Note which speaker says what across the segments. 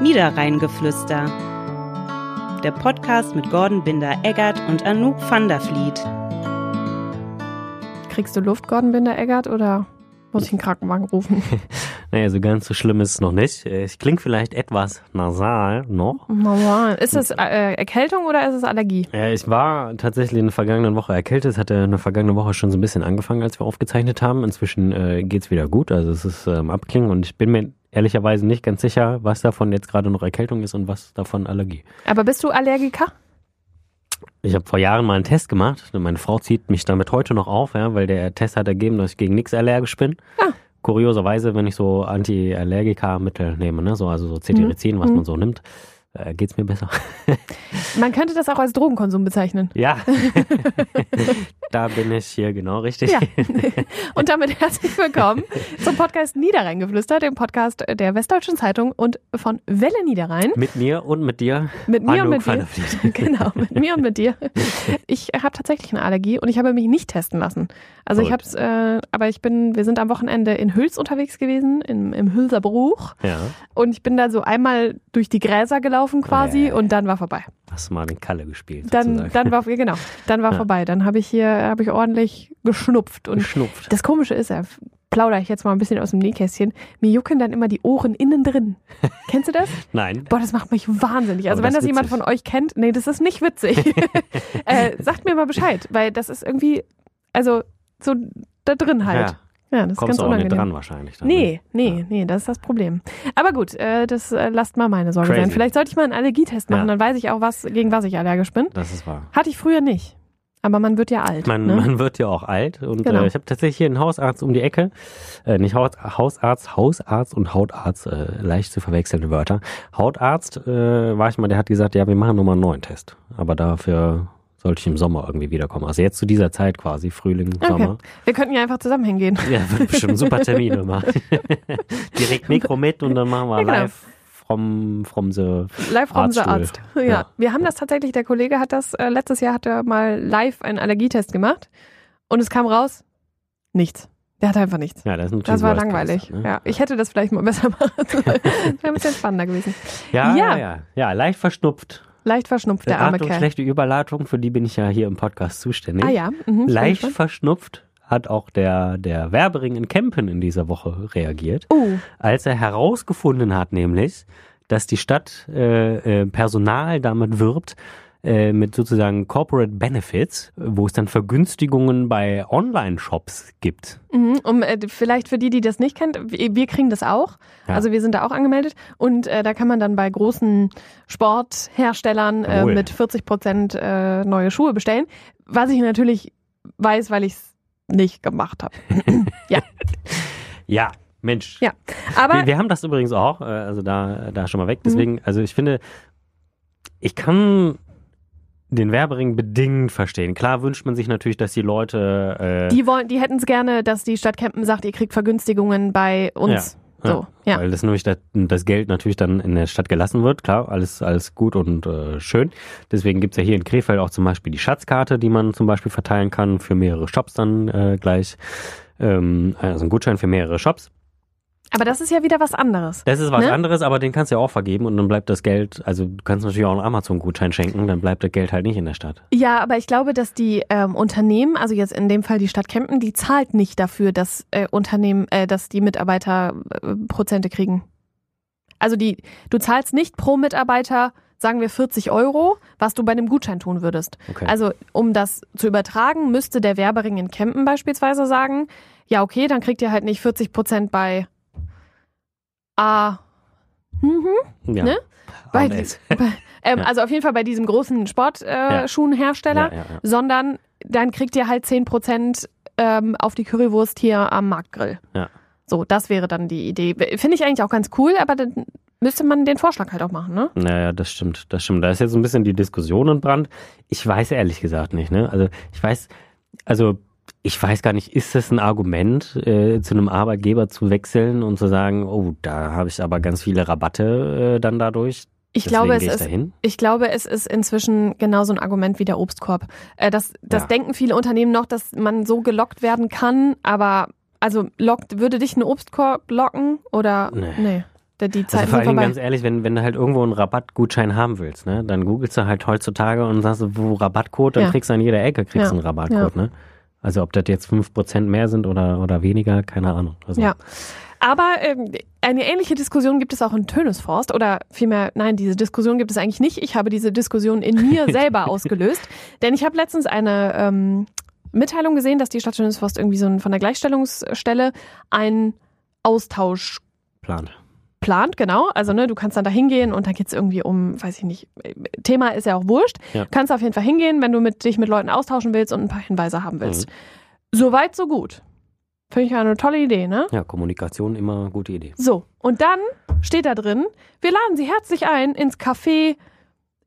Speaker 1: Niederrheingeflüster. Der Podcast mit Gordon Binder-Eggert und Anouk van der Vliet.
Speaker 2: Kriegst du Luft, Gordon Binder-Eggert, oder muss ich einen Krankenwagen rufen?
Speaker 3: Naja, so ganz so schlimm ist es noch nicht. Äh, Ich klinge vielleicht etwas nasal noch.
Speaker 2: Normal. Ist es äh, Erkältung oder ist es Allergie?
Speaker 3: Äh, Ich war tatsächlich in der vergangenen Woche erkältet. Es hatte in der vergangenen Woche schon so ein bisschen angefangen, als wir aufgezeichnet haben. Inzwischen äh, geht's wieder gut. Also es ist ähm, abklingen und ich bin mir ehrlicherweise nicht ganz sicher, was davon jetzt gerade noch Erkältung ist und was davon Allergie.
Speaker 2: Aber bist du Allergiker?
Speaker 3: Ich habe vor Jahren mal einen Test gemacht. Meine Frau zieht mich damit heute noch auf, ja, weil der Test hat ergeben, dass ich gegen nichts allergisch bin.
Speaker 2: Ah.
Speaker 3: Kurioserweise, wenn ich so Anti-Allergika-Mittel nehme, ne, so, also so Cetirizin,
Speaker 2: Mhm.
Speaker 3: was man so nimmt, äh, geht's mir besser.
Speaker 2: Man könnte das auch als Drogenkonsum bezeichnen.
Speaker 3: Ja, da bin ich hier genau richtig.
Speaker 2: Ja. Und damit herzlich willkommen zum Podcast Niederrheingeflüster, dem Podcast der Westdeutschen Zeitung und von Welle Niederrhein.
Speaker 3: Mit mir und mit dir.
Speaker 2: Mit mir und mit dir.
Speaker 3: Anouk van der Vliet.
Speaker 2: Genau, mit mir und mit dir. Ich habe tatsächlich eine Allergie und ich habe mich nicht testen lassen. Also ich habe es, äh, aber ich bin, wir sind am Wochenende in Hüls unterwegs gewesen, im, im Hülser Bruch.
Speaker 3: Ja,
Speaker 2: Und ich bin da so einmal durch die Gräser gelaufen quasi
Speaker 3: Äh.
Speaker 2: und dann war vorbei.
Speaker 3: hast du mal den Kalle gespielt.
Speaker 2: Dann,
Speaker 3: sozusagen.
Speaker 2: dann war genau, dann war vorbei. Dann habe ich hier, habe ich ordentlich geschnupft. Und
Speaker 3: Geschnupft.
Speaker 2: das Komische ist, ja, plaudere ich jetzt mal ein bisschen aus dem Nähkästchen, mir jucken dann immer die Ohren innen drin. Kennst du das?
Speaker 3: Nein.
Speaker 2: Boah, das macht mich wahnsinnig. Also
Speaker 3: Aber
Speaker 2: wenn
Speaker 3: Oh,
Speaker 2: das
Speaker 3: das ist
Speaker 2: jemand von
Speaker 3: witzig.
Speaker 2: euch kennt, nee, das ist nicht witzig. äh, sagt mir mal Bescheid, weil das ist irgendwie, also so da drin halt.
Speaker 3: Ja,
Speaker 2: Ja, das ist ganz
Speaker 3: kommst du auch nicht
Speaker 2: unangenehm.
Speaker 3: dran wahrscheinlich. Dann, ne?
Speaker 2: Nee, nee,
Speaker 3: Ja.
Speaker 2: nee, das ist das Problem. Aber gut, äh, das äh, lasst mal meine Sorge
Speaker 3: Crazy.
Speaker 2: sein. Vielleicht sollte ich mal einen Allergietest machen,
Speaker 3: Ja.
Speaker 2: dann weiß ich auch, was, gegen was ich allergisch bin.
Speaker 3: Ne? Das ist wahr.
Speaker 2: Hatte ich früher nicht. Aber man wird ja alt.
Speaker 3: Man,
Speaker 2: ne?
Speaker 3: man wird ja auch alt und
Speaker 2: Genau.
Speaker 3: äh, ich habe tatsächlich hier einen Hausarzt um die Ecke, äh, nicht Haus, Hausarzt, Hausarzt und Hautarzt, äh, leicht zu verwechselnde Wörter. Hautarzt äh, war ich mal, der hat gesagt, ja, wir machen nochmal einen neuen Test, aber dafür sollte ich im Sommer irgendwie wiederkommen. Also jetzt zu dieser Zeit quasi, Frühling,
Speaker 2: okay.
Speaker 3: Sommer.
Speaker 2: Wir könnten ja einfach zusammen hingehen.
Speaker 3: Ja, wird bestimmt super Termine machen. Direkt Mikro mit und dann machen wir
Speaker 2: Ja, genau.
Speaker 3: live vom, vom the
Speaker 2: Live from the Arzt.
Speaker 3: Arztstuhl.
Speaker 2: Ja.
Speaker 3: Ja.
Speaker 2: wir haben das tatsächlich, der Kollege hat das, äh, letztes Jahr hat er mal live einen Allergietest gemacht und es kam raus, nichts. Der hatte einfach nichts.
Speaker 3: Ja, das ist natürlich
Speaker 2: Das war
Speaker 3: Worst Case,
Speaker 2: langweilig.
Speaker 3: ne?
Speaker 2: Ja, ich hätte das vielleicht mal besser machen sollen. Das wäre ein bisschen spannender gewesen.
Speaker 3: Ja,
Speaker 2: Ja.
Speaker 3: ja, ja, ja, leicht verschnupft.
Speaker 2: Leicht verschnupft, der arme
Speaker 3: Atmung,
Speaker 2: Kerl.
Speaker 3: schlechte Überleitung, für die bin ich ja hier im Podcast zuständig.
Speaker 2: Ah ja. Mhm, ich
Speaker 3: Leicht
Speaker 2: bin gespannt.
Speaker 3: verschnupft hat auch der, der Werbering in Kempen in dieser Woche reagiert,
Speaker 2: Oh,
Speaker 3: als er herausgefunden hat, nämlich, dass die Stadt äh, äh, Personal damit wirbt, äh, mit sozusagen Corporate Benefits, wo es dann Vergünstigungen bei Online-Shops gibt.
Speaker 2: Mhm, Um, äh, vielleicht für die, die das nicht kennt, wir wir kriegen das auch.
Speaker 3: Ja.
Speaker 2: Also wir sind da auch angemeldet. Und äh, da kann man dann bei großen Sportherstellern äh,
Speaker 3: Jawohl.
Speaker 2: mit 40 Prozent äh, neue Schuhe bestellen. Was ich natürlich weiß, weil ich es nicht gemacht habe.
Speaker 3: Ja, Mensch.
Speaker 2: Ja, Aber Mhm.
Speaker 3: wir, wir haben das übrigens auch, äh, also da, da schon mal weg. Deswegen, also ich finde, ich kann den Werbering bedingt verstehen. Klar wünscht man sich natürlich, dass die Leute. Äh,
Speaker 2: die wollen, die hätten es gerne, dass die Stadt Kempen sagt, ihr kriegt Vergünstigungen bei uns.
Speaker 3: Ja,
Speaker 2: So, ja.
Speaker 3: Weil das, nämlich das, das Geld natürlich dann in der Stadt gelassen wird. Klar, alles, alles gut und äh, schön. Deswegen gibt's ja hier in Krefeld auch zum Beispiel die Schatzkarte, die man zum Beispiel verteilen kann für mehrere Shops dann äh, gleich. Ähm, also ein Gutschein für mehrere Shops.
Speaker 2: Aber das ist ja wieder was anderes.
Speaker 3: Das ist was
Speaker 2: Ne?
Speaker 3: anderes, aber den kannst du ja auch vergeben und dann bleibt das Geld, also du kannst natürlich auch einen Amazon-Gutschein schenken, dann bleibt das Geld halt nicht in der Stadt.
Speaker 2: Ja, aber ich glaube, dass die ähm, Unternehmen, also jetzt in dem Fall die Stadt Kempten, die zahlt nicht dafür, dass äh, Unternehmen, äh, dass die Mitarbeiter äh, Prozente kriegen. Also die, du zahlst nicht pro Mitarbeiter, sagen wir 40 Euro, was du bei einem Gutschein tun würdest.
Speaker 3: Okay.
Speaker 2: Also um das zu übertragen, müsste der Werbering in Kempen beispielsweise sagen, ja okay, dann kriegt ihr halt nicht 40 Prozent bei A. Mhm.
Speaker 3: ja.
Speaker 2: ne? Bei,
Speaker 3: AMS.
Speaker 2: bei, ähm,
Speaker 3: Ja.
Speaker 2: Also auf jeden Fall bei diesem großen Sportschuhenhersteller. Äh,
Speaker 3: Ja.
Speaker 2: Schuhenhersteller
Speaker 3: ja, ja, ja.
Speaker 2: sondern dann kriegt ihr halt 10% ähm, auf die Currywurst hier am Marktgrill.
Speaker 3: Ja.
Speaker 2: So, das wäre dann die Idee. Finde ich eigentlich auch ganz cool, aber dann müsste man den Vorschlag halt auch machen, ne?
Speaker 3: Naja, das stimmt, das stimmt. Da ist jetzt ein bisschen die Diskussion in Brand. Ich weiß ehrlich gesagt nicht, ne? Also ich weiß, also ich weiß gar nicht, ist das ein Argument, äh, zu einem Arbeitgeber zu wechseln und zu sagen, oh, da habe ich aber ganz viele Rabatte äh, dann dadurch.
Speaker 2: Ich glaube, es
Speaker 3: gehe ich
Speaker 2: ist,
Speaker 3: dahin.
Speaker 2: ich glaube, es ist inzwischen genauso ein Argument wie der Obstkorb. Äh, das das
Speaker 3: Ja.
Speaker 2: denken viele Unternehmen noch, dass man so gelockt werden kann, aber also lockt, würde dich ein Obstkorb locken oder
Speaker 3: Nee.
Speaker 2: nee. Da- Die
Speaker 3: Also
Speaker 2: Zeiten sind
Speaker 3: vor allem
Speaker 2: vorbei.
Speaker 3: ganz ehrlich, wenn, wenn du halt irgendwo einen Rabattgutschein haben willst, ne, dann googelst du halt heutzutage und sagst, wo Rabattcode, dann
Speaker 2: Ja.
Speaker 3: kriegst du an jeder Ecke kriegst
Speaker 2: Ja.
Speaker 3: du einen Rabattcode, ne? Also ob das jetzt 5% mehr sind oder, oder weniger, keine Ahnung. Also,
Speaker 2: Ja. Aber ähm, eine ähnliche Diskussion gibt es auch in Tönesforst oder vielmehr, nein, diese Diskussion gibt es eigentlich nicht. Ich habe diese Diskussion in mir selber ausgelöst, denn ich habe letztens eine ähm, Mitteilung gesehen, dass die Stadt Tönesforst irgendwie so ein, von der Gleichstellungsstelle einen Austausch
Speaker 3: Plan.
Speaker 2: plant, genau. Also ne, du kannst dann da hingehen und dann geht's irgendwie um, weiß ich nicht, äh, Thema ist ja auch wurscht.
Speaker 3: Ja.
Speaker 2: Kannst auf jeden Fall hingehen, wenn du mit, dich mit Leuten austauschen willst und ein paar Hinweise haben willst. Soweit, so gut. Finde ich ja eine tolle Idee, ne?
Speaker 3: Ja, Kommunikation immer eine gute Idee.
Speaker 2: So, und dann steht da drin, wir laden Sie herzlich ein ins Café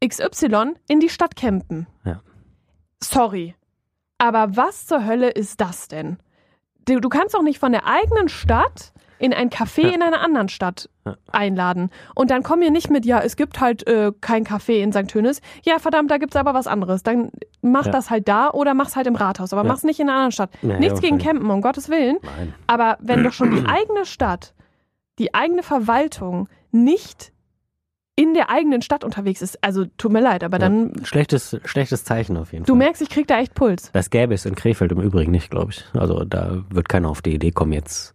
Speaker 2: XY in die Stadt Kempen.
Speaker 3: Ja.
Speaker 2: Sorry, aber was zur Hölle ist das denn? Du, du kannst doch nicht von der eigenen Stadt in ein Café
Speaker 3: Ja.
Speaker 2: in einer anderen Stadt
Speaker 3: Ja.
Speaker 2: einladen. Und dann komm hier nicht mit, ja, es gibt halt äh, kein Café in St. Tönis. Ja, verdammt, da gibt's aber was anderes. Dann mach
Speaker 3: Ja.
Speaker 2: das halt da oder mach's halt im Rathaus, aber
Speaker 3: Ja.
Speaker 2: mach's nicht in einer anderen Stadt.
Speaker 3: Ja, ja,
Speaker 2: Nichts gegen
Speaker 3: wahrscheinlich.
Speaker 2: Kempen, um Gottes Willen.
Speaker 3: Nein.
Speaker 2: Aber wenn doch schon die eigene Stadt, die eigene Verwaltung nicht in der eigenen Stadt unterwegs ist, also tut mir leid, aber dann,
Speaker 3: ja. schlechtes, schlechtes Zeichen auf jeden
Speaker 2: du
Speaker 3: Fall.
Speaker 2: merkst, ich krieg da echt Puls.
Speaker 3: Das gäbe es in Krefeld im Übrigen nicht, glaube ich. Also da wird keiner auf die Idee kommen, jetzt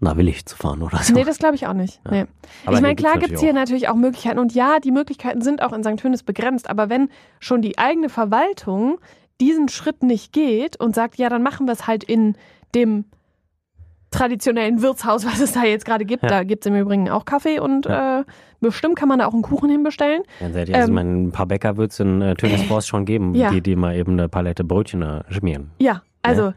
Speaker 3: nach Willig zu fahren oder so.
Speaker 2: Nee, das glaube ich auch nicht.
Speaker 3: Ja.
Speaker 2: Nee.
Speaker 3: Aber
Speaker 2: ich meine,
Speaker 3: gibt's
Speaker 2: klar gibt's
Speaker 3: natürlich
Speaker 2: hier natürlich auch Möglichkeiten und ja, die Möglichkeiten sind auch in St. Hönes begrenzt, aber wenn schon die eigene Verwaltung diesen Schritt nicht geht und sagt, ja, dann machen wir es halt in dem traditionellen Wirtshaus, was es da jetzt gerade gibt.
Speaker 3: Ja.
Speaker 2: Da gibt's im Übrigen auch Kaffee und äh, bestimmt kann man da auch einen Kuchen hinbestellen.
Speaker 3: Ganz ehrlich, also
Speaker 2: Ähm,
Speaker 3: ich meine, ein paar Bäcker wird es in äh, Tönesforst schon geben,
Speaker 2: Ja.
Speaker 3: die, die mal eben eine Palette Brötchen äh, schmieren.
Speaker 2: Ja, also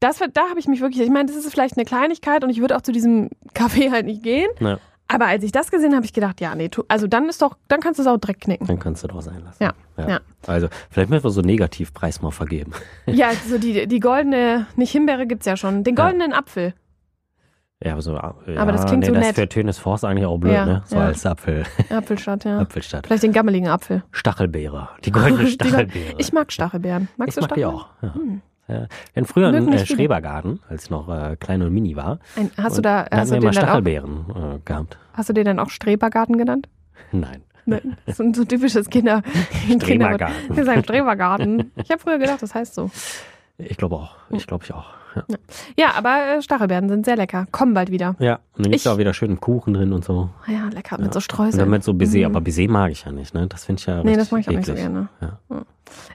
Speaker 2: das wird, da habe ich mich wirklich, ich meine, das ist vielleicht eine Kleinigkeit und ich würde auch zu diesem Café halt nicht gehen.
Speaker 3: Ja.
Speaker 2: Aber als ich das gesehen habe, habe ich gedacht, ja, nee, tu, also dann ist doch, dann kannst du es auch direkt knicken.
Speaker 3: Dann kannst du draus einlassen.
Speaker 2: Ja, ja.
Speaker 3: Also, vielleicht müssen wir so einen Negativpreis mal vergeben.
Speaker 2: Ja, so die, die goldene, nicht Himbeere gibt's ja schon, den
Speaker 3: Ja.
Speaker 2: goldenen Apfel.
Speaker 3: Ja, so, äh, ja,
Speaker 2: Aber das klingt
Speaker 3: nee,
Speaker 2: so
Speaker 3: das
Speaker 2: nett.
Speaker 3: ist für Tönesforst eigentlich auch blöd,
Speaker 2: Ja,
Speaker 3: ne? So
Speaker 2: ja.
Speaker 3: als Apfel,
Speaker 2: Apfelstadt, ja.
Speaker 3: Apfelstadt.
Speaker 2: Vielleicht den gammeligen Apfel.
Speaker 3: Stachelbeere. Die goldene
Speaker 2: Die-
Speaker 3: Stachelbeere.
Speaker 2: Ich mag Stachelbeeren. Magst du
Speaker 3: ich mag die
Speaker 2: Stachelbeeren?
Speaker 3: auch. Ja. Ja. Denn früher
Speaker 2: Mögen
Speaker 3: im äh,
Speaker 2: nicht viele.
Speaker 3: Schrebergarten, als ich noch äh, klein und mini war,
Speaker 2: Ein, hast, du da,
Speaker 3: hatten
Speaker 2: hast, du
Speaker 3: wir
Speaker 2: den
Speaker 3: immer
Speaker 2: dann auch,
Speaker 3: Stachelbeeren äh, gehabt.
Speaker 2: hast du den dann auch Strebergarten genannt?
Speaker 3: Nein.
Speaker 2: Nein, das ist ein so typisches Kinder. Kinderwort.
Speaker 3: Strebergarten.
Speaker 2: Wir sagen Strebergarten. Ich habe früher gedacht, das heißt so.
Speaker 3: Ich glaube auch.
Speaker 2: Hm.
Speaker 3: Ich glaube ich auch. Ja.
Speaker 2: Ja, aber äh, Stachelbeeren sind sehr lecker. Kommen bald wieder.
Speaker 3: ja. Und dann gibt's
Speaker 2: Ich-
Speaker 3: auch wieder schönen Kuchen drin und so.
Speaker 2: Ah ja, lecker mit so
Speaker 3: Und
Speaker 2: Streuseln.
Speaker 3: dann mit so Baiser,
Speaker 2: Mhm.
Speaker 3: aber Baiser mag ich ja nicht, ne? Das finde ich ja
Speaker 2: nee,
Speaker 3: richtig
Speaker 2: das mag ich auch
Speaker 3: eklig.
Speaker 2: nicht so gerne.
Speaker 3: Ja.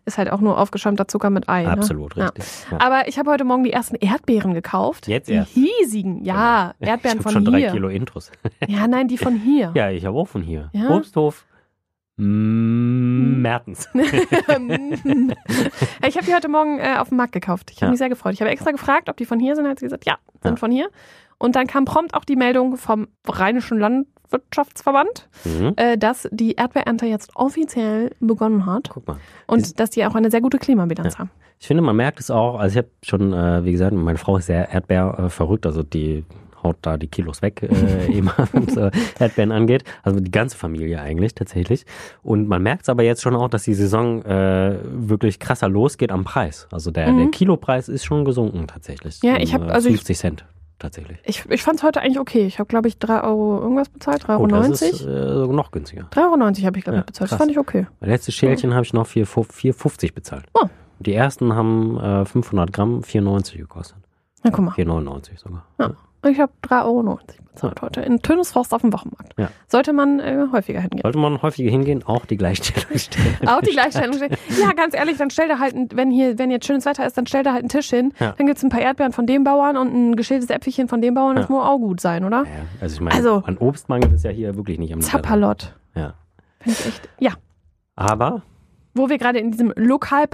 Speaker 2: Ist halt auch nur aufgeschäumter Zucker mit Ei.
Speaker 3: Absolut
Speaker 2: ne?
Speaker 3: richtig. Ja.
Speaker 2: Ja. Aber ich habe heute Morgen die ersten Erdbeeren gekauft.
Speaker 3: Jetzt
Speaker 2: die
Speaker 3: erst? Genau.
Speaker 2: riesigen. Ja,
Speaker 3: ich
Speaker 2: Erdbeeren
Speaker 3: hab
Speaker 2: von
Speaker 3: schon
Speaker 2: hier.
Speaker 3: drei Kilo Intros.
Speaker 2: Ja, nein, die von hier.
Speaker 3: Ja, ich habe auch von hier.
Speaker 2: Ja? Hm.
Speaker 3: Obsthof. Mm, Mertens.
Speaker 2: ich habe die heute Morgen äh, auf dem Markt gekauft. Ich habe
Speaker 3: Ja.
Speaker 2: mich sehr gefreut. Ich habe extra gefragt, ob die von hier sind. Hat sie gesagt, ja, sind
Speaker 3: Ja.
Speaker 2: von hier. Und dann kam prompt auch die Meldung vom Rheinischen Landwirtschaftsverband,
Speaker 3: Mhm.
Speaker 2: äh, dass die Erdbeerernte jetzt offiziell begonnen hat
Speaker 3: Guck mal.
Speaker 2: und dass die auch eine sehr gute Klimabilanz haben.
Speaker 3: Ich finde, man merkt es auch. Also ich habe schon, äh, wie gesagt, meine Frau ist sehr Erdbeer äh, verrückt. Also die haut da die Kilos weg, äh, immer was äh, Erdbeeren angeht. Also die ganze Familie eigentlich tatsächlich. Und man merkt es aber jetzt schon auch, dass die Saison äh, wirklich krasser losgeht am Preis. Also der,
Speaker 2: Mhm.
Speaker 3: der Kilopreis ist schon gesunken tatsächlich.
Speaker 2: Ja, ich hab-
Speaker 3: äh,
Speaker 2: also ich-
Speaker 3: 50 Cent tatsächlich.
Speaker 2: Ich, ich fand es heute eigentlich okay. Ich habe, glaube ich, 3 Euro irgendwas bezahlt, 3,90 Euro.
Speaker 3: Oh, das ist äh, noch günstiger.
Speaker 2: 3,90 Euro habe ich, glaube ich,
Speaker 3: Ja,
Speaker 2: bezahlt. Das
Speaker 3: krass.
Speaker 2: fand ich okay.
Speaker 3: Mein letztes Schälchen habe ich noch 4 fu- 4,50 bezahlt.
Speaker 2: Oh.
Speaker 3: Die ersten haben äh, 500 Gramm 4,90 gekostet.
Speaker 2: Na, guck mal.
Speaker 3: 4,99 sogar.
Speaker 2: Ja. Ich habe 3,90 Euro bezahlt heute in Tönesforst auf dem Wochenmarkt.
Speaker 3: Ja.
Speaker 2: Sollte man äh, häufiger hingehen.
Speaker 3: Sollte man häufiger hingehen, auch die Gleichstellung stellen.
Speaker 2: Auch die Gleichstellung. Ja, ganz ehrlich, dann stell da halt, ein- wenn hier, wenn jetzt schönes Wetter ist, dann stell da halt einen Tisch hin.
Speaker 3: Ja.
Speaker 2: Dann gibt's ein paar Erdbeeren von dem Bauern und ein geschältes Äpfelchen von dem Bauern. Das
Speaker 3: Ja.
Speaker 2: muss auch gut sein, oder?
Speaker 3: Ja, also ich meine,
Speaker 2: Also-
Speaker 3: an Obst mangelt es ja hier wirklich nicht am
Speaker 2: Zapperlot.
Speaker 3: Ja.
Speaker 2: Finde ich echt. Ja.
Speaker 3: Aber
Speaker 2: Wo wir gerade in diesem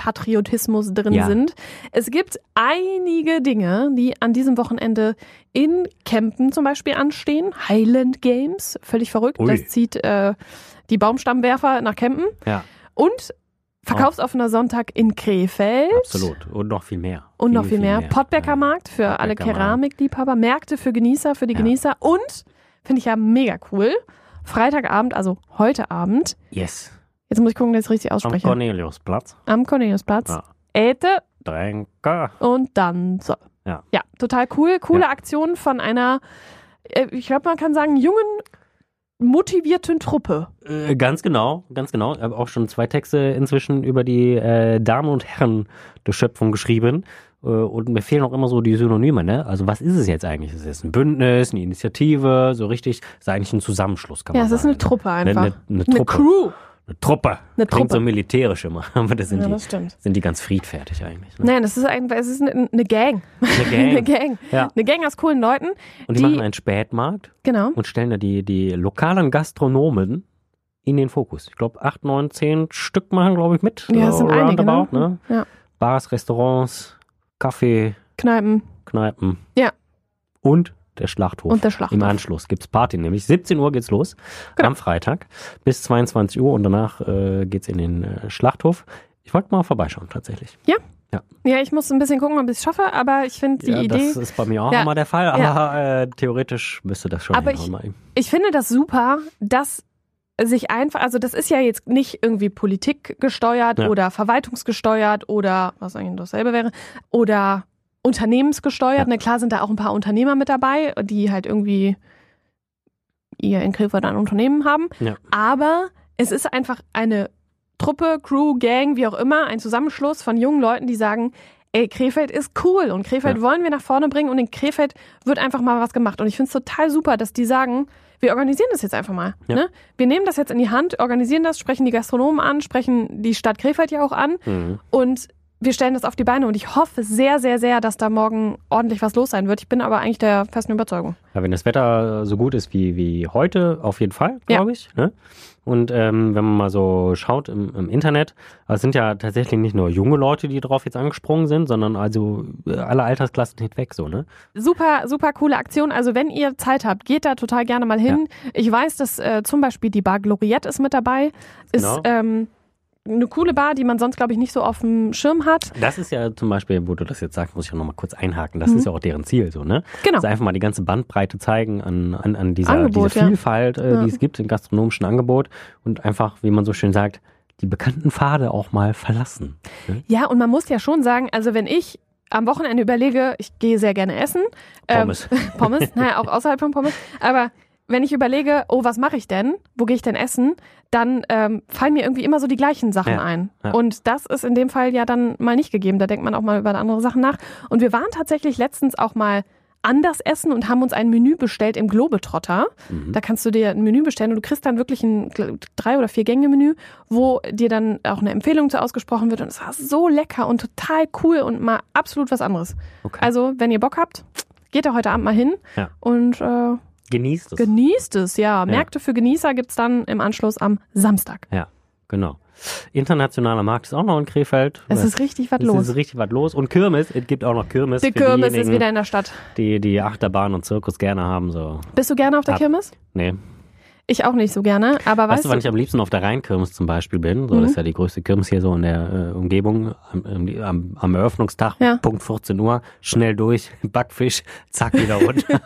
Speaker 2: Lokalpatriotismus drin
Speaker 3: Ja.
Speaker 2: sind. Es gibt einige Dinge, die an diesem Wochenende in Kempen zum Beispiel anstehen. Highland Games, völlig verrückt.
Speaker 3: Ui.
Speaker 2: Das zieht äh, die Baumstammwerfer nach Kempen.
Speaker 3: ja,
Speaker 2: Und verkaufsoffener Sonntag in Krefeld.
Speaker 3: absolut. Und noch viel mehr.
Speaker 2: Und noch viel mehr. Pottbecker
Speaker 3: Ja.
Speaker 2: Markt für alle
Speaker 3: Pottbecker Markt.
Speaker 2: Keramikliebhaber, Märkte für Genießer, für die
Speaker 3: Ja.
Speaker 2: Genießer und, finde ich ja mega cool, Freitagabend, also heute Abend,
Speaker 3: Yes.
Speaker 2: jetzt muss ich gucken, dass ich es richtig
Speaker 3: Am
Speaker 2: ausspreche, ne?
Speaker 3: Corneliusplatz.
Speaker 2: am Corneliusplatz,
Speaker 3: Ja.
Speaker 2: Äte
Speaker 3: Dränker.
Speaker 2: und dann so.
Speaker 3: Ja.
Speaker 2: total cool. Coole Aktion von einer, äh, ich glaube, man kann sagen, jungen motivierten Truppe.
Speaker 3: Äh, ganz genau, ganz genau. Ich habe auch schon zwei Texte inzwischen über die äh, Damen und Herren der Schöpfung geschrieben. Äh, und mir fehlen auch immer so die Synonyme, ne? Also was ist es jetzt eigentlich? Ist es ein Bündnis, eine Initiative, so richtig? Ist eigentlich ein Zusammenschluss, kann
Speaker 2: Ja,
Speaker 3: man
Speaker 2: es ist
Speaker 3: sagen.
Speaker 2: eine Truppe einfach.
Speaker 3: Eine, eine, eine
Speaker 2: Eine
Speaker 3: Truppe.
Speaker 2: Crew.
Speaker 3: Eine Truppe.
Speaker 2: Eine
Speaker 3: Klingt so
Speaker 2: Truppe.
Speaker 3: militärisch immer, aber das sind,
Speaker 2: Ja,
Speaker 3: die,
Speaker 2: das stimmt.
Speaker 3: sind die ganz friedfertig eigentlich. Ne?
Speaker 2: Nein, das ist einfach, es ist eine, eine Gang.
Speaker 3: Eine
Speaker 2: Eine
Speaker 3: Gang.
Speaker 2: Gang.
Speaker 3: Ja.
Speaker 2: Eine Gang aus coolen Leuten.
Speaker 3: Und die,
Speaker 2: die-
Speaker 3: machen einen Spätmarkt
Speaker 2: Genau.
Speaker 3: und stellen da die, die lokalen Gastronomen in den Fokus. Ich glaube, acht, neun, zehn Stück machen, glaube ich, mit.
Speaker 2: Ja, es sind einige, ne?
Speaker 3: roundabout, ne?
Speaker 2: Ja.
Speaker 3: Bars, Restaurants, Kaffee,
Speaker 2: Kneipen
Speaker 3: Kneipen.
Speaker 2: Ja.
Speaker 3: Und der Schlachthof.
Speaker 2: und der Schlacht.
Speaker 3: Im Anschluss gibt's Party, nämlich 17 Uhr geht's los
Speaker 2: Genau.
Speaker 3: am Freitag bis 22 Uhr und danach äh, geht's in den äh, Schlachthof. Ich wollte mal vorbeischauen tatsächlich.
Speaker 2: Ja, ich muss ein bisschen gucken, ob ich es schaffe, aber ich finde die
Speaker 3: ja,
Speaker 2: Idee,
Speaker 3: das ist bei mir auch
Speaker 2: Ja.
Speaker 3: immer der Fall, aber
Speaker 2: Ja.
Speaker 3: äh, theoretisch müsste das schon
Speaker 2: Aber
Speaker 3: hinhauen mal eben.
Speaker 2: ich finde das super, dass sich einfach, also das ist ja jetzt nicht irgendwie Politik gesteuert
Speaker 3: Ja.
Speaker 2: oder verwaltungsgesteuert oder was eigentlich dasselbe wäre oder unternehmensgesteuert.
Speaker 3: Ja.
Speaker 2: Na klar sind da auch ein paar Unternehmer mit dabei, die halt irgendwie ihr in Krefeld ein Unternehmen haben.
Speaker 3: Ja.
Speaker 2: Aber es ist einfach eine Truppe, Crew, Gang, wie auch immer, ein Zusammenschluss von jungen Leuten, die sagen, ey, Krefeld ist cool und Krefeld
Speaker 3: Ja.
Speaker 2: wollen wir nach vorne bringen und in Krefeld wird einfach mal was gemacht. Und ich finde es total super, dass die sagen, wir organisieren das jetzt einfach mal.
Speaker 3: Ja.
Speaker 2: Ne? Wir nehmen das jetzt in die Hand, organisieren das, sprechen die Gastronomen an, sprechen die Stadt Krefeld ja auch an
Speaker 3: Mhm.
Speaker 2: und wir stellen das auf die Beine. Und ich hoffe sehr, sehr, sehr, dass da morgen ordentlich was los sein wird. Ich bin aber eigentlich der festen Überzeugung.
Speaker 3: Ja, wenn das Wetter so gut ist wie, wie heute, auf jeden Fall, glaube ich. Ne? Und ähm, wenn man mal so schaut im, im Internet, es sind ja tatsächlich nicht nur junge Leute, die drauf jetzt angesprungen sind, sondern also äh, alle Altersklassen hinweg so, ne?
Speaker 2: Super, super coole Aktion. Also wenn ihr Zeit habt, geht da total gerne mal hin. Ich weiß, dass äh, zum Beispiel die Bar Gloriette ist mit dabei. Ist
Speaker 3: Genau.
Speaker 2: ähm, eine coole Bar, die man sonst, glaube ich, nicht so auf dem Schirm hat.
Speaker 3: Das ist ja zum Beispiel, wo du das jetzt sagst, muss ich auch nochmal kurz einhaken.
Speaker 2: Mhm.
Speaker 3: Das ist ja auch deren Ziel so, ne?
Speaker 2: Genau.
Speaker 3: Also einfach mal die ganze Bandbreite zeigen an, an, an dieser,
Speaker 2: Angebot,
Speaker 3: dieser
Speaker 2: ja.
Speaker 3: Vielfalt, äh,
Speaker 2: Ja.
Speaker 3: die es gibt im gastronomischen Angebot und einfach, wie man so schön sagt, die bekannten Pfade auch mal verlassen.
Speaker 2: Ja, und man muss ja schon sagen, also wenn ich am Wochenende überlege, ich gehe sehr gerne essen.
Speaker 3: Pommes.
Speaker 2: Ähm, Pommes, naja, auch außerhalb von Pommes. Aber wenn ich überlege, oh, was mache ich denn? Wo gehe ich denn essen? Dann ähm, fallen mir irgendwie immer so die gleichen Sachen
Speaker 3: Ja,
Speaker 2: ein.
Speaker 3: ja.
Speaker 2: Und das ist in dem Fall ja dann mal nicht gegeben. Da denkt man auch mal über andere Sachen nach. Und wir waren tatsächlich letztens auch mal anders essen und haben uns ein Menü bestellt im Globetrotter.
Speaker 3: Mhm.
Speaker 2: Da kannst du dir ein Menü bestellen und du kriegst dann wirklich ein gl- drei oder vier Gänge Menü, wo dir dann auch eine Empfehlung zu ausgesprochen wird und es war so lecker und total cool und mal absolut was anderes.
Speaker 3: Okay.
Speaker 2: Also, wenn ihr Bock habt, geht da heute Abend mal hin
Speaker 3: Ja.
Speaker 2: und äh,
Speaker 3: Genießt es.
Speaker 2: genießt es. Ja, Märkte für Genießer gibt's dann im Anschluss am Samstag.
Speaker 3: Ja, genau. Internationaler Markt ist auch noch in Krefeld. Äh,
Speaker 2: Es ist richtig was
Speaker 3: Es
Speaker 2: los.
Speaker 3: ist richtig was los. Und Kirmes, es gibt auch noch Kirmes.
Speaker 2: Die
Speaker 3: für
Speaker 2: Kirmes ist
Speaker 3: diejenigen,
Speaker 2: wieder in der Stadt.
Speaker 3: Die, die Achterbahn und Zirkus gerne haben. So.
Speaker 2: Bist du gerne auf der
Speaker 3: Ab.
Speaker 2: Kirmes?
Speaker 3: Nee.
Speaker 2: Ich auch nicht so gerne, aber weißt,
Speaker 3: Weißt,
Speaker 2: Mhm.
Speaker 3: du, wann ich am liebsten auf der Rheinkirmes zum Beispiel bin? So, Das ist ja die größte Kirmes hier so in der äh, Umgebung. Am, am- am, am Eröffnungstag,
Speaker 2: Ja.
Speaker 3: Punkt 14 Uhr, schnell durch, Backfisch, zack, wieder runter.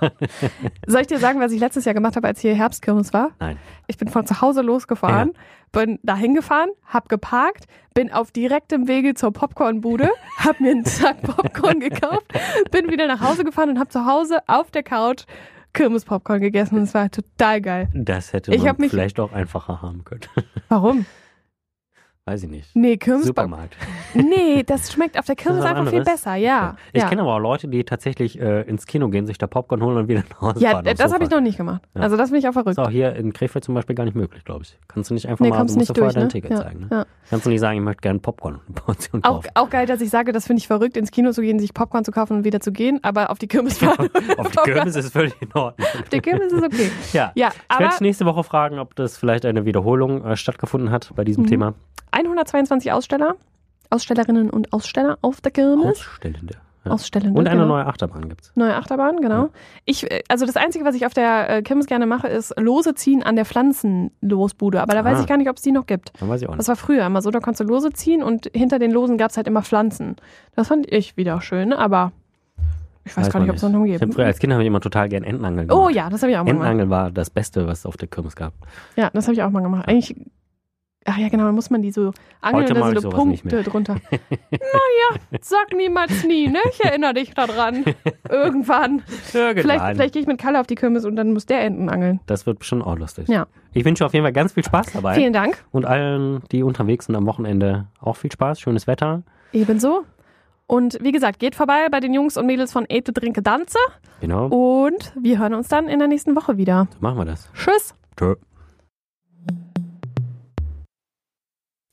Speaker 2: soll ich dir sagen, was ich letztes Jahr gemacht habe, als hier Herbstkirmes war?
Speaker 3: Nein.
Speaker 2: Ich bin von zu Hause losgefahren, bin dahin gefahren, hab geparkt, bin auf direktem Wege zur Popcornbude, hab mir einen Sack Popcorn gekauft, bin wieder nach Hause gefahren und hab zu Hause auf der Couch Kirmes-Popcorn gegessen und es war total geil.
Speaker 3: Das hätte
Speaker 2: Ich
Speaker 3: man
Speaker 2: hab mich-
Speaker 3: vielleicht auch einfacher haben können.
Speaker 2: Warum?
Speaker 3: Weiß ich nicht.
Speaker 2: Nee, Kirmes.
Speaker 3: Supermarkt.
Speaker 2: Nee, das schmeckt auf der Kirmes
Speaker 3: Das ist was
Speaker 2: einfach viel
Speaker 3: anderes.
Speaker 2: besser, ja.
Speaker 3: Okay. Ich
Speaker 2: Ah, ja.
Speaker 3: kenne aber auch Leute, die tatsächlich äh, ins Kino gehen, sich da Popcorn holen und wieder nach Hause
Speaker 2: ja,
Speaker 3: fahren. aufs
Speaker 2: das habe
Speaker 3: Sofa.
Speaker 2: ich noch nicht gemacht.
Speaker 3: Ja.
Speaker 2: Also das bin ich auch verrückt.
Speaker 3: Ist auch hier in Krefeld zum Beispiel gar nicht möglich, glaube ich. Kannst du nicht einfach
Speaker 2: Nee,
Speaker 3: mal,
Speaker 2: kommst
Speaker 3: du musst
Speaker 2: nicht
Speaker 3: ja vorher
Speaker 2: durch,
Speaker 3: dein
Speaker 2: ne?
Speaker 3: Ticket
Speaker 2: Ja,
Speaker 3: zeigen. Ne?
Speaker 2: ja.
Speaker 3: Kannst du nicht sagen, ich möchte gerne Popcorn eine Portion
Speaker 2: Auch,
Speaker 3: kaufen.
Speaker 2: auch geil, dass ich sage, das finde ich verrückt, ins Kino zu gehen, sich Popcorn zu kaufen und wieder zu gehen, aber auf die Kirmes fahren.
Speaker 3: Auf die Kirmes ist völlig in Ordnung.
Speaker 2: Auf die Kirmes ist okay.
Speaker 3: Ja.
Speaker 2: Ja,
Speaker 3: Ich werde
Speaker 2: aber
Speaker 3: dich nächste Woche fragen, ob das vielleicht eine Wiederholung äh, stattgefunden hat bei
Speaker 2: Mhm.
Speaker 3: diesem Thema.
Speaker 2: 122 Aussteller, Ausstellerinnen und Aussteller auf der Kirmes.
Speaker 3: Ausstellende. Ja.
Speaker 2: Ausstellende.
Speaker 3: Und eine
Speaker 2: Hm? genau.
Speaker 3: neue Achterbahn gibt's.
Speaker 2: Neue Achterbahn, genau. Ich, äh, also das Einzige, was ich auf der äh, Kirmes gerne mache, ist Lose ziehen an der Pflanzenlosbude. Aber da weiß
Speaker 3: Ah.
Speaker 2: ich gar nicht, ob es die noch gibt.
Speaker 3: Dann weiß ich auch nicht.
Speaker 2: Das war früher immer so, da konntest du Lose ziehen und hinter den Losen gab es halt immer Pflanzen. Das fand ich wieder schön, aber ich weiß, gar
Speaker 3: man
Speaker 2: nicht, ob es das noch Oh
Speaker 3: Ich hab
Speaker 2: gibt.
Speaker 3: früher, als Kind habe ich immer total gern Entenangeln gemacht.
Speaker 2: Oh ja, das habe ich auch mal gemacht.
Speaker 3: Entenangeln war das Beste, was es auf der Kirmes gab.
Speaker 2: Ja, das habe ich auch mal gemacht. Eigentlich Ach ja, genau, dann muss man die so angeln
Speaker 3: Heute
Speaker 2: und
Speaker 3: mag
Speaker 2: dann
Speaker 3: ich
Speaker 2: so eine
Speaker 3: sowas nicht
Speaker 2: Punkte drunter. naja, sag niemals nie, ne? Ich erinnere dich daran. Irgendwann.
Speaker 3: Irgendwann.
Speaker 2: Vielleicht, vielleicht gehe ich mit Kalle auf die Kirmes und dann muss der Enten angeln.
Speaker 3: Das wird bestimmt auch lustig.
Speaker 2: Ja.
Speaker 3: Ich wünsche auf jeden Fall ganz viel Spaß dabei.
Speaker 2: Vielen Dank.
Speaker 3: Und allen, die unterwegs sind am Wochenende, auch viel Spaß, schönes Wetter.
Speaker 2: Ebenso. Und wie gesagt, geht vorbei bei den Jungs und Mädels von Ete Drinke Danze.
Speaker 3: Genau,
Speaker 2: Oh. Und wir hören uns dann in der nächsten Woche wieder.
Speaker 3: so machen wir das.
Speaker 2: Tschüss.
Speaker 3: Tschö.